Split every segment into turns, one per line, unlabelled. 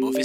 Mauvais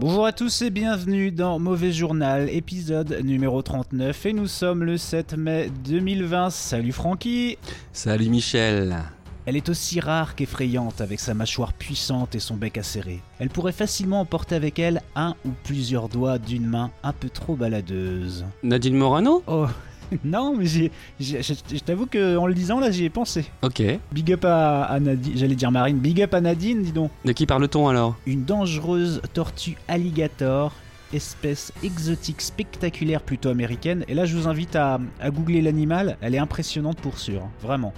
Bonjour à tous et bienvenue dans Mauvais Journal, épisode numéro 39, et nous sommes le 7 mai 2020. Salut Francky
Salut Michel.
Elle est aussi rare qu'effrayante avec sa mâchoire puissante et son bec acéré. Elle pourrait facilement emporter avec elle un ou plusieurs doigts d'une main un peu trop baladeuse.
Nadine Morano
Oh non, mais j'ai- j'ai- je je t'avoue que en le lisant là, j'y ai pensé.
Ok.
Big up à, à Nadine, j'allais dire Marine, big up à Nadine, dis donc.
De qui parle-t-on alors
Une dangereuse tortue alligator, espèce exotique spectaculaire plutôt américaine. Et là, je vous invite à, à googler l'animal. Elle est impressionnante pour sûr, hein, vraiment.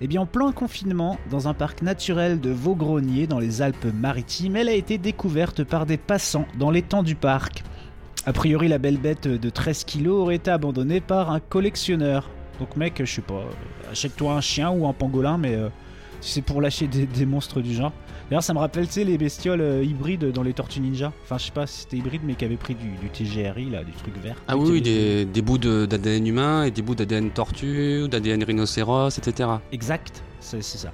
Eh bien, en plein confinement, dans un parc naturel de Vaugrenier, dans les Alpes-Maritimes, elle a été découverte par des passants dans l'étang du parc. A priori, la belle bête de 13 kilos aurait été abandonnée par un collectionneur. Donc, mec, je sais pas, euh, achète-toi un chien ou un pangolin, mais euh, si c'est pour lâcher des- des monstres du genre. D'ailleurs, ça me rappelle, tu sais, les bestioles euh, hybrides dans les Tortues Ninja. Enfin, je sais pas si c'était hybride, mais qui avait pris du, du TGRI, là, du truc vert.
Ah oui, oui, des, des bouts de- d'ADN humain et des bouts d'ADN tortue, ou d'ADN rhinocéros, etc.
Exact, c'est c'est ça.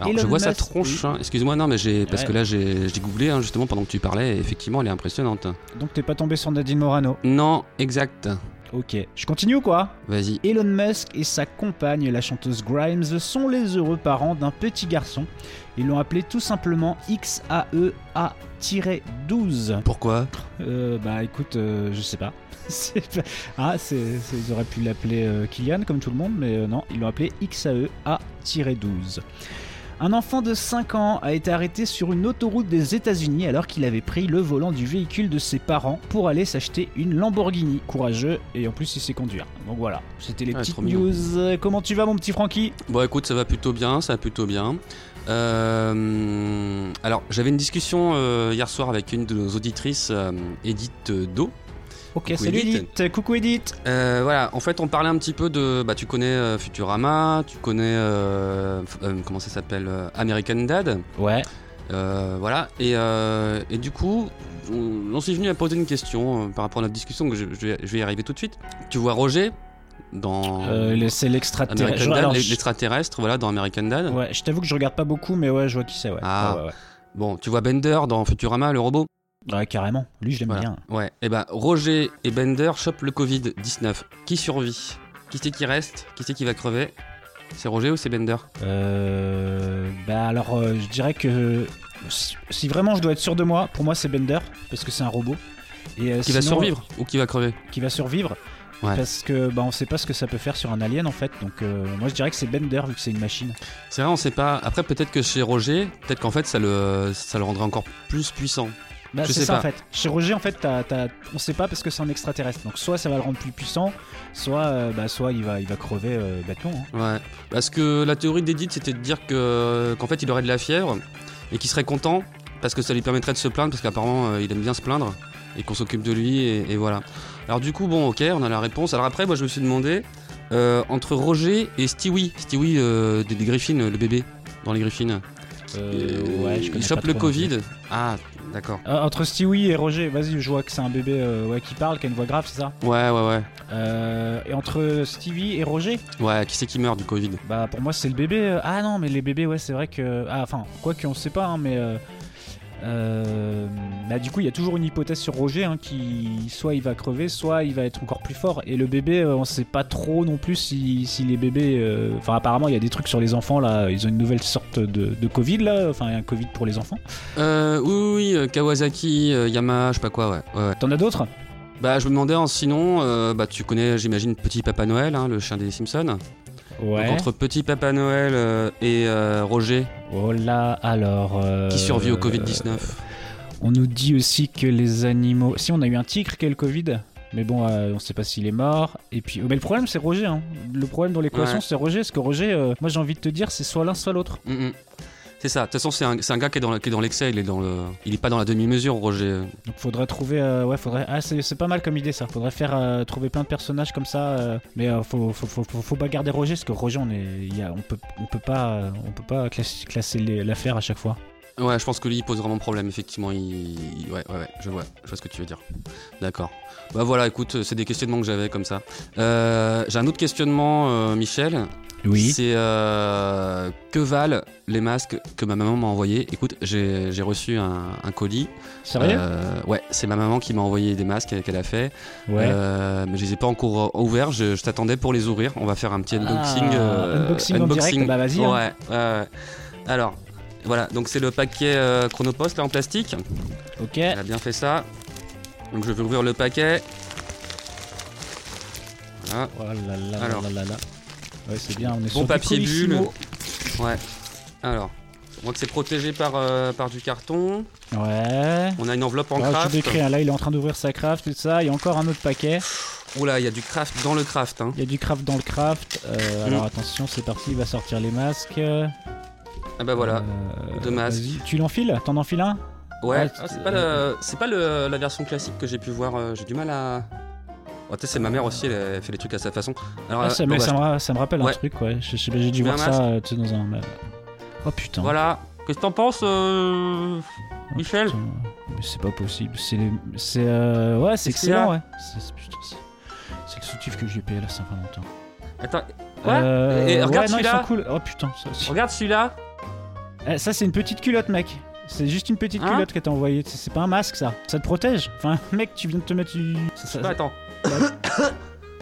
Alors
Elon
je vois sa
Musk,
tronche,
oui.
hein. excuse-moi, non mais j'ai parce
Ouais.
que là j'ai j'ai googlé hein, justement pendant que tu parlais, et effectivement elle est impressionnante.
Donc, t'es pas tombé sur Nadine Morano.
Non, exact.
Ok. Je continue ou quoi
Vas-y.
Elon Musk et sa compagne, la chanteuse Grimes, sont les heureux parents d'un petit garçon. Ils l'ont appelé tout simplement E XAEA-12.
Pourquoi
Euh, bah écoute, euh, je sais pas. C'est pas- ah, c'est, c'est- ils auraient pu l'appeler euh, Kylian comme tout le monde, mais euh, non, ils l'ont appelé XAE A-12. Un enfant de 5 ans a été arrêté sur une autoroute des États-Unis alors qu'il avait pris le volant du véhicule de ses parents pour aller s'acheter une Lamborghini. Courageux et en plus il sait conduire. Donc voilà, c'était les
Ah,
petites
trop mignon.
news. Euh, Comment tu vas mon petit Francky
Bon, écoute, ça va plutôt bien, ça va plutôt bien. Euh, alors, j'avais une discussion euh, hier soir avec une de nos auditrices, euh, Edith Do.
Ok,
Coucou
salut
Edith.
Edith. Coucou Edith.
Euh, voilà, en fait, on parlait un petit peu de. Bah, tu connais euh, Futurama, tu connais. euh, f- euh, comment ça s'appelle euh, American Dad.
Ouais.
Euh, voilà, et, euh, et du coup, on, on s'est venu à poser une question euh, par rapport à notre discussion, que je, je vais, je vais y arriver tout de suite. Tu vois Roger dans.
Euh, c'est l'extraterrestre.
American
Je-
Dad,
alors,
l'e-
je-
l'extraterrestre, voilà, dans American Dad.
Ouais, je t'avoue que je regarde pas beaucoup, mais ouais, je vois qui c'est. Ouais.
Ah.
Ouais, ouais, ouais.
Bon, tu vois Bender dans Futurama, le robot.
Ouais, carrément. Lui, je l'aime
Voilà.
bien.
Ouais, et ben Roger et Bender chopent le Covid-19. Qui survit Qui c'est qui reste Qui c'est qui va crever C'est Roger ou c'est Bender
Euh, bah alors, euh, je dirais que si, si vraiment je dois être sûr de moi, pour moi c'est Bender parce que c'est un robot et euh,
Qui va
sinon,
survivre ou qui va crever
qui va survivre.
Ouais.
Parce que bah on sait pas ce que ça peut faire sur un alien en fait, donc euh, moi je dirais que c'est Bender vu que c'est une machine.
C'est vrai, on sait pas. Après, peut-être que chez Roger, peut-être qu'en fait, ça le, ça le rendrait encore plus puissant.
Bah,
Je
c'est
sais
ça
pas.
en fait. Chez Roger en fait, t'as- t'as- on sait pas parce que c'est un extraterrestre, donc soit ça va le rendre plus puissant, soit euh, bah soit il va il va crever euh, bêtement. hein.
Ouais. Parce que la théorie d'Edith, c'était de dire que qu'en fait, il aurait de la fièvre et qu'il serait content parce que ça lui permettrait de se plaindre parce qu'apparemment, euh, il aime bien se plaindre et qu'on s'occupe de lui et, et voilà. Alors du coup, bon, ok, on a la réponse. Alors après, moi, je me suis demandé euh, entre Roger et Stewie, Stewie euh, des, des Griffins, le bébé dans les Griffins.
Euh, ouais, je connais
il
pas
chope le
trop non plus.
Covid. Ah, d'accord.
Euh, entre Stewie et Roger, vas-y, je vois que c'est un bébé euh, ouais, qui parle, qui a une voix grave, c'est ça
Ouais, ouais, ouais.
Euh, et entre Stevie et Roger,
Ouais, qui c'est qui meurt du Covid
bah pour moi c'est le bébé. euh, Ah non, mais les bébés, ouais, c'est vrai que. Ah, enfin, quoi qu'on sait pas, hein, mais. euh, euh, bah du coup, il y a toujours une hypothèse sur Roger hein, qui soit il va crever, soit il va être encore plus fort. Et le bébé, euh, on sait pas trop non plus si, si les bébés. euh, Enfin, apparemment, il y a des trucs sur les enfants là. Ils ont une nouvelle sorte de, de Covid là. Enfin, un Covid pour les enfants.
Euh, oui, oui, oui, euh, Kawasaki, euh, Yamaha, je sais pas quoi, ouais. ouais, ouais.
T'en as d'autres
Bah, je me demandais, hein, sinon, euh, bah, tu connais, j'imagine, Petit Papa Noël, hein, le chien des Simpsons.
Ouais.
Donc, entre Petit Papa Noël euh, et euh, Roger,
Oh là, alors. euh,
qui survit au Covid-19.
On nous dit aussi que les animaux. Si on a eu un tigre qui a le Covid, mais bon, euh, on sait pas s'il est mort. Et puis, oh, mais le problème c'est Roger. hein. Le problème dans l'équation
Ouais.
c'est Roger, parce que Roger, euh, moi j'ai envie de te dire, c'est soit l'un soit l'autre.
Mm, mm. C'est ça. De toute façon, c'est un, c'est un gars qui est dans la- qui est dans l'excès. Il est dans le, il est pas dans la demi-mesure, Roger.
Donc faudrait trouver. euh, ouais, faudrait. Ah, c'est c'est pas mal comme idée ça. Faudrait faire euh, trouver plein de personnages comme ça. euh, mais euh, faut, faut, faut, faut- faut pas garder Roger parce que Roger, on est, il y a- on peut, on peut pas, euh, on peut pas classer, classer les- l'affaire à chaque fois.
Ouais, je pense que lui, il pose vraiment problème, effectivement. Il... il- Ouais, ouais, ouais, je vois, je vois ce que tu veux dire. D'accord. Bah voilà, écoute, c'est des questionnements que j'avais comme ça. Euh, J'ai un autre questionnement, euh, Michel. C'est euh, que valent les masques que ma maman m'a envoyés Écoute, j'ai j'ai reçu un, un colis.
Sérieux
Euh, Ouais, c'est ma maman qui m'a envoyé des masques qu'elle a fait.
Ouais.
Euh, mais je les ai pas encore euh, ouverts, je, je t'attendais pour les ouvrir. On va faire un petit unboxing.
Ah,
euh,
unboxing en direct, bah vas-y, hein.
Ouais, ouais, ouais. Alors, voilà, donc c'est le paquet euh, Chronopost là en plastique.
Ok.
Elle a bien fait ça. Donc je vais ouvrir le paquet. Voilà.
Oh là là
Alors.
là là là. Ouais, c'est bien. On est
Bon
sur du
papier bulle.
Colissimo.
Ouais. Alors, on voit que c'est protégé par, euh, par du carton.
Ouais.
On a une enveloppe en
Ouais, je
craft.
décris, hein, là il est en train d'ouvrir sa craft, tout ça, il y a encore un autre paquet,
Oula, il y a du craft dans le craft. Hein.
il y a du craft dans le craft, Euh,
Mm.
alors attention c'est parti, il va sortir les masques. euh,
Ah bah voilà.
euh,
deux masques.
vas-y. Tu l'enfiles T'en enfiles un
Ouais,
Ouais,
ah, c'est pas, le, c'est pas le- la version classique que j'ai pu voir, euh, j'ai du mal à... Oh, tu sais, c'est ma mère aussi, elle, elle fait les trucs à sa façon. Alors,
Ah,
euh,
ça,
bon,
mais
bah,
ça, me, ra- ça me rappelle un
Ouais.
truc, ouais. Je, je sais pas, j'ai dû
Tu veux
voir
un
ça euh, tu sais, dans un. Oh putain.
Voilà, qu'est-ce que t'en penses, euh,
Oh,
Michel
putain. Mais c'est pas possible. C'est. les- c'est euh, Ouais, c'est
Qu'est-ce qu'il y a
excellent, ouais. C'est- c'est- putain, c'est- C'est le soutif que j'ai payé là, Saint-Valentin.
Attends, ouais
Euh,
Et
ouais,
regarde
non, ils sont
celui-là
cool. Oh putain, ça aussi.
Regarde celui-là
Eh, ça, c'est une petite culotte, mec. C'est juste une petite
Hein
culotte que t'as envoyée. C'est- C'est pas un masque, ça. Ça te protège. Enfin, mec, tu viens de te mettre. du- Ça, ça-
Bah, Attends.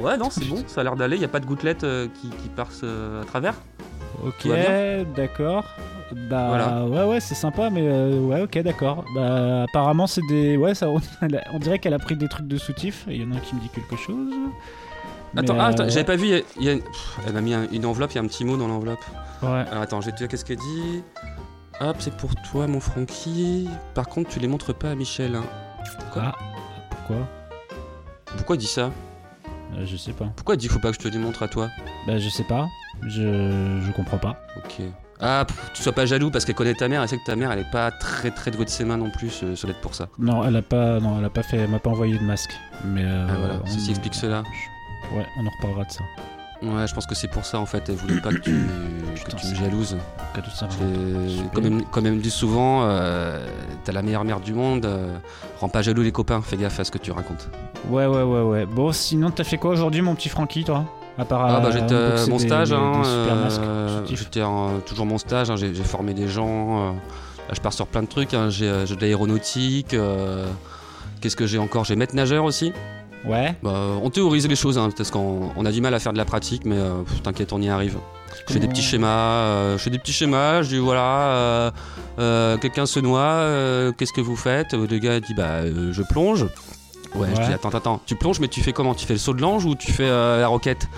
ouais, non, c'est bon, ça a l'air d'aller, y a pas de gouttelettes euh, qui, qui passent euh, à travers.
Ok,
Tout va
d'accord. Bah
Voilà.
ouais ouais c'est sympa mais euh, ouais ok d'accord bah apparemment c'est des ouais ça on, on dirait qu'elle a pris des trucs de soutif il y en a un qui me dit quelque chose Mais,
Attends, ah, attends,
euh,
j'avais pas vu, y a- y a une- Pff, elle m'a mis un- une enveloppe, il y a un petit mot dans l'enveloppe.
euh, ouais
Alors attends, je vais te dire qu'est-ce qu'elle dit. Hop, c'est pour toi, mon Francky. Par contre, tu les montres pas à Michel. hein.
Ah, pourquoi
Pourquoi il dit ça
Euh, je sais pas
Pourquoi il dit faut pas que je te les montre à toi
bah je sais pas je je comprends pas
Ok. Ah, pff, tu sois pas jaloux parce qu'elle connaît ta mère. Elle sait que ta mère, elle est pas très très douée de ses mains non plus. Ce ça doit être pour ça.
non elle a pas non elle a pas fait elle m'a pas envoyé de masque mais euh,
Ah, voilà,
on-
ceci explique cela.
ouais on en reparlera de ça
Ouais, je pense que c'est pour ça en fait. Elle voulait pas que tu, que
Putain,
tu me
c'est-
jalouses.
cadeau de Saint-Valentin.
Je l'ai-
super.
Comme elle, me- comme elle me dit souvent, euh, t'as la meilleure mère du monde. euh, rends pas jaloux les copains. Fais gaffe à ce que tu racontes.
Ouais, ouais, ouais, ouais. Bon, sinon, t'as fait quoi aujourd'hui, mon petit Francky, toi À part
Ah
euh,
bah j'étais euh,
unboxer
mon
des-
stage,
des-
hein,
des super
euh,
masques soutifs.
j'étais en- toujours mon stage, hein, j'ai j'ai formé des gens, euh, là, je pars sur plein de trucs, hein, j'ai euh, j'ai de l'aéronautique, euh, qu'est-ce que j'ai encore J'ai maître nageur aussi.
Ouais.
Bah, euh, on théorise les choses, hein, parce qu'on on a du mal à faire de la pratique, mais euh, pff, t'inquiète, on y arrive. Je fais des
Comment-
petits schémas, euh, je fais des petits schémas, je dis voilà, euh, euh, quelqu'un se noie, euh, qu'est-ce que vous faites Le gars dit bah euh, je plonge. Ouais, je
Ouais.
dis attends, attends, tu plonges mais tu fais comment Tu fais le saut de l'ange ou tu fais euh, la roquette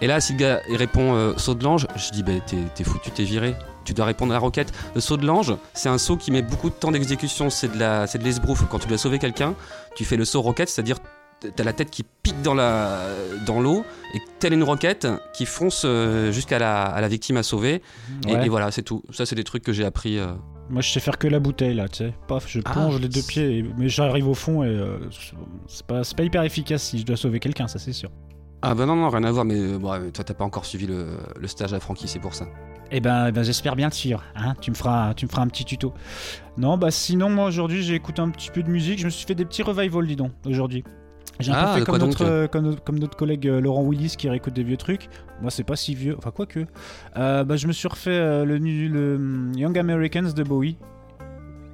Et là si le gars il répond euh, saut de l'ange, je dis bah t'es, t'es foutu, t'es viré. Tu dois répondre à la roquette. Le saut de l'ange, c'est un saut qui met beaucoup de temps d'exécution, c'est de, la, c'est de l'esbrouf. Quand tu dois sauver quelqu'un, tu fais le saut roquette, c'est-à-dire t'as la tête qui pique dans, la, dans l'eau et telle une roquette qui fonce euh, jusqu'à la, à la victime à sauver. Et-
Ouais.
Et, voilà, c'est tout. Ça, c'est des trucs que j'ai appris. euh.
Moi, je sais faire que la bouteille, là, tu sais. Paf, je
Ah,
plonge les deux
c'est-
pieds, et- mais j'arrive au fond et euh, c'est pas, c'est pas hyper efficace si je dois sauver quelqu'un, ça c'est sûr.
Ah bah non, non, rien à voir, mais euh, bon, ouais, toi, t'as pas encore suivi le, le stage à Francky, c'est pour ça.
Eh ben, eh ben, j'espère bien te suivre. Hein tu me feras, tu me feras un petit tuto. Non, bah sinon, moi aujourd'hui, j'ai écouté un petit peu de musique. Je me suis fait des petits revivals, dis donc, aujourd'hui. J'ai un
Ah,
peu fait
de
comme
quoi donc,
notre, euh, comme, notre- comme notre collègue euh, Laurent Willis qui réécoute des vieux trucs. Moi, c'est pas si vieux. Enfin, quoique. Euh, bah, je me suis refait euh, le, nu- le, hum, Young Americans de Bowie.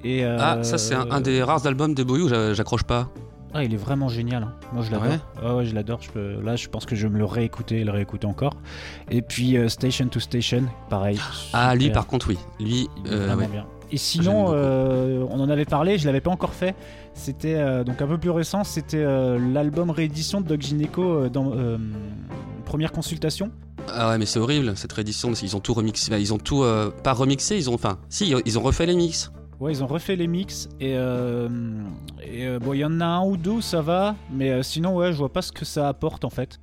Et, euh,
Ah, ça, c'est un, un des rares albums de Boyou où j'a- j'accroche pas.
Ah, il est vraiment génial. hein. Moi, je l'adore.
Ouais.
Ah ouais, je l'adore. Je peux- Là, je pense que je vais me le réécouter et le réécouter encore. Et puis, euh, Station to Station, pareil.
Ah, lui,
Super.
par contre, oui. Lui,
Il est
euh,
vraiment
ouais.
bien. Ah, Et
J'aime
sinon,
beaucoup.
euh, on en avait parlé, je l'avais pas encore fait. C'était euh, donc un peu plus récent, c'était euh, l'album réédition de Doc Gineco euh, dans euh, première consultation.
Ah ouais, mais c'est horrible cette réédition. parce qu'ils ont tout remixé. bah, ils ont tout euh, pas remixé. Ils ont, enfin, si, ils ont refait les mix.
Ouais, ils ont refait les mix et, euh, et, euh, bon, il y en a un ou deux, ça va, mais euh, sinon ouais, je vois pas ce que ça apporte en fait.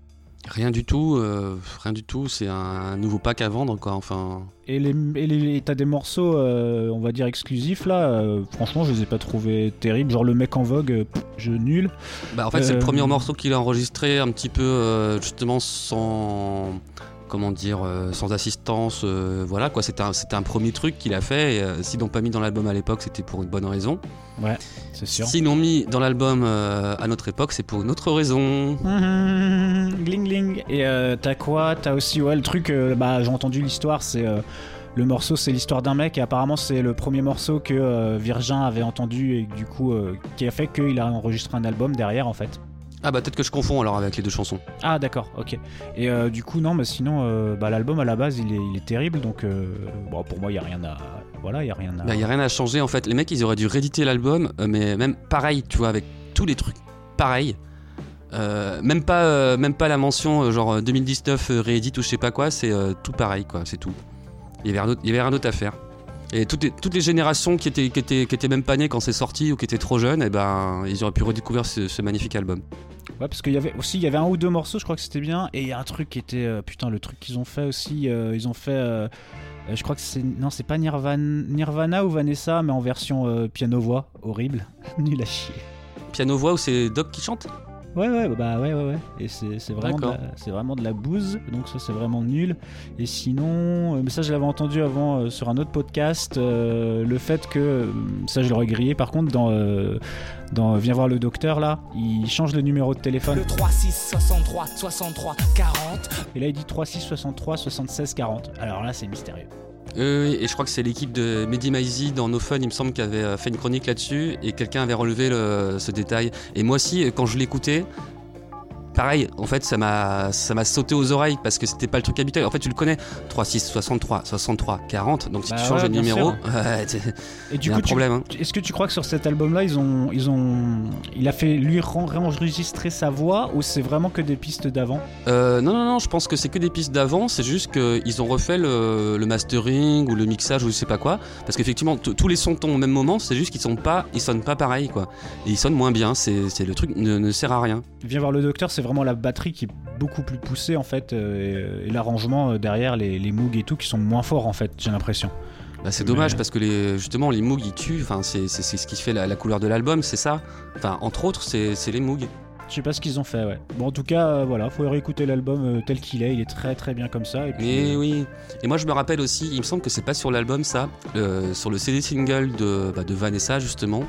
Rien du tout, euh, rien du tout. C'est un nouveau pack à vendre, quoi. Enfin,
Et les, et les- et t'as des morceaux, euh, on va dire exclusifs là. euh, franchement, je les ai pas trouvés terribles. Genre le mec en vogue, euh, pff, je nul.
bah, en fait, c'est
Euh,
le premier morceau qu'il a enregistré un petit peu, euh, justement, sans. Comment dire, euh, sans assistance, euh, voilà quoi. C'était un, c'était un premier truc qu'il a fait. et, euh, S'ils l'ont pas mis dans l'album à l'époque, c'était pour une bonne raison.
C'est sûr.
S'ils l'ont mis dans l'album euh, à notre époque, c'est pour une autre raison.
Mhm, Gling gling. Et euh, t'as quoi T'as aussi ouais le truc. euh, bah j'ai entendu l'histoire. C'est euh, le morceau, c'est l'histoire d'un mec. Et apparemment c'est le premier morceau que euh, Virgin avait entendu et du coup euh, qui a fait qu'il a enregistré un album derrière en fait.
Ah bah peut-être que je confonds alors avec les deux chansons.
Ah d'accord, ok. Et euh, du coup non, mais sinon euh, bah, l'album à la base il est, il est terrible donc euh, bon, pour moi il y a rien à voilà il y a rien à.
Il n'y a rien à changer en fait. Les mecs, ils auraient dû rééditer l'album, euh, mais même pareil, tu vois, avec tous les trucs pareils. Euh, même, pas, euh, même pas la mention euh, genre euh, 2019 euh, réédite ou je sais pas quoi, c'est euh, tout pareil quoi, c'est tout. Il y avait rien d'autre- il y avait rien d'autre à faire. Et toutes les, toutes les générations qui étaient, qui, étaient, qui étaient même pas nées quand c'est sorti ou qui étaient trop jeunes, et ben, ils auraient pu redécouvrir ce, ce magnifique album.
Ouais, parce qu'il y avait aussi il y avait un ou deux morceaux, je crois que c'était bien. Et il y a un truc qui était euh, putain le truc qu'ils ont fait aussi. euh, ils ont fait, euh, euh, je crois que c'est non c'est pas Nirvana, Nirvana ou Vanessa, mais en version euh, piano voix, horrible, nul à chier.
Piano voix où c'est Doc qui chante
Ouais ouais bah ouais ouais ouais. Et c'est c'est vraiment de la-
D'accord.
c'est vraiment de la bouse, donc ça c'est vraiment nul. Et sinon, euh, mais ça je l'avais entendu avant euh, sur un autre podcast, euh, le fait que euh, ça je l'aurais grillé. Par contre dans euh, dans Viens voir le docteur là, il change le numéro de téléphone.
Le 3 6 63 63 40
Et là, il dit 3, 6, 63, 76, 40. Alors là, c'est mystérieux.
Euh, oui, et je crois que c'est l'équipe de Mehdi Maizi dans No Fun, il me semble, qui avait euh, fait une chronique là-dessus, et quelqu'un avait relevé le- ce détail. Et moi aussi, euh, quand je l'écoutais, pareil, en fait, ça m'a ça m'a sauté aux oreilles, parce que c'était pas le truc habituel. En fait, tu le connais, 3, 6, 63, 63, 40, donc si
Bah
tu changes
ouais,
le
bien
numéro,
sûr.
ouais, t'es-
Et
y
du
a
coup,
un
tu-
problème. hein.
tu- est-ce que tu crois que sur cet album-là, ils ont, ils ont, il a fait lui ren- réenregistrer sa voix ou c'est vraiment que des pistes d'avant
Euh, non, non, non, je pense que c'est que des pistes d'avant, c'est juste qu'ils ont refait le, le mastering ou le mixage ou je sais pas quoi, parce qu'effectivement, t- tous les sons tombent au même moment, c'est juste qu'ils sont pas, ils sonnent pas pareil, quoi. Et ils sonnent moins bien, c'est c'est- le truc ne- ne sert à rien.
Viens voir le docteur, c'est vraiment la batterie qui est beaucoup plus poussée en fait, euh, et, et l'arrangement euh, derrière les, les moogs et tout qui sont moins forts en fait, j'ai l'impression.
Bah, c'est
Mais-
dommage parce que les, justement les Moog ils tuent, enfin, c'est, c'est, c'est ce qui fait la, la couleur de l'album, c'est ça. Enfin, entre autres, c'est, c'est les Moog.
Je sais pas ce qu'ils ont fait, ouais. Bon, en tout cas, euh, voilà, faut réécouter l'album euh, tel qu'il est, il est très très bien comme ça. Et puis,
Mais
euh,
oui. Et moi je me rappelle aussi, il me semble que c'est pas sur l'album ça, euh, sur le CD single de, bah, de Vanessa justement.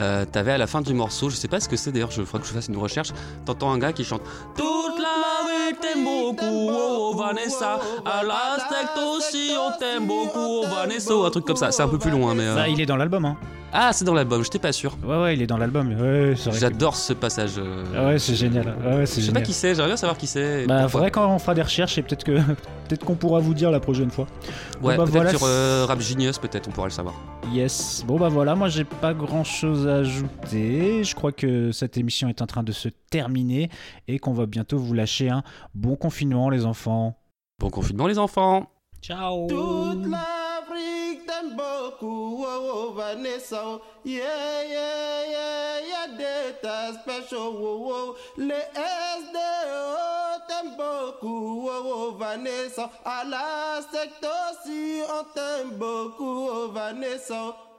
euh, t'avais à la fin du morceau, je sais pas ce que c'est d'ailleurs, je faudrait que je fasse une recherche. T'entends un gars qui chante Toute la vie t'aime beaucoup, oh, oh, Vanessa. À la secte aussi, on t'aime beaucoup, oh, Vanessa. Un truc comme ça, c'est un peu plus loin, mais. euh,
bah, il est dans l'album, hein.
Ah, c'est dans l'album, j'étais pas sûr.
Ouais, ouais, il est dans l'album. Ouais, c'est vrai.
J'adore ce passage. euh,
Ah ouais, c'est génial. Ah ouais, c'est
Je sais
génial.
pas qui c'est, j'aimerais bien savoir qui c'est. et
Bah,
pourquoi.
faudrait qu'on fera des recherches et peut-être que peut-être qu'on pourra vous dire la prochaine fois.
Ouais,
bah,
peut-être
voilà.
sur euh, Rap Genius, peut-être, on pourra le savoir.
Yes. Bon bah voilà, moi j'ai pas grand-chose à ajouter. Je crois que cette émission est en train de se terminer et qu'on va bientôt vous lâcher un bon confinement les enfants.
Bon confinement, les enfants!
Ciao.
Toute l'Afrique t'aime beaucoup, oh, oh Vanessa, oh. yeah, yeah, yeah, yeah, de ta special, oh, oh. les SDO t'aiment beaucoup, oh, oh Vanessa, à la secte aussi on t'aime beaucoup, oh Vanessa. oh.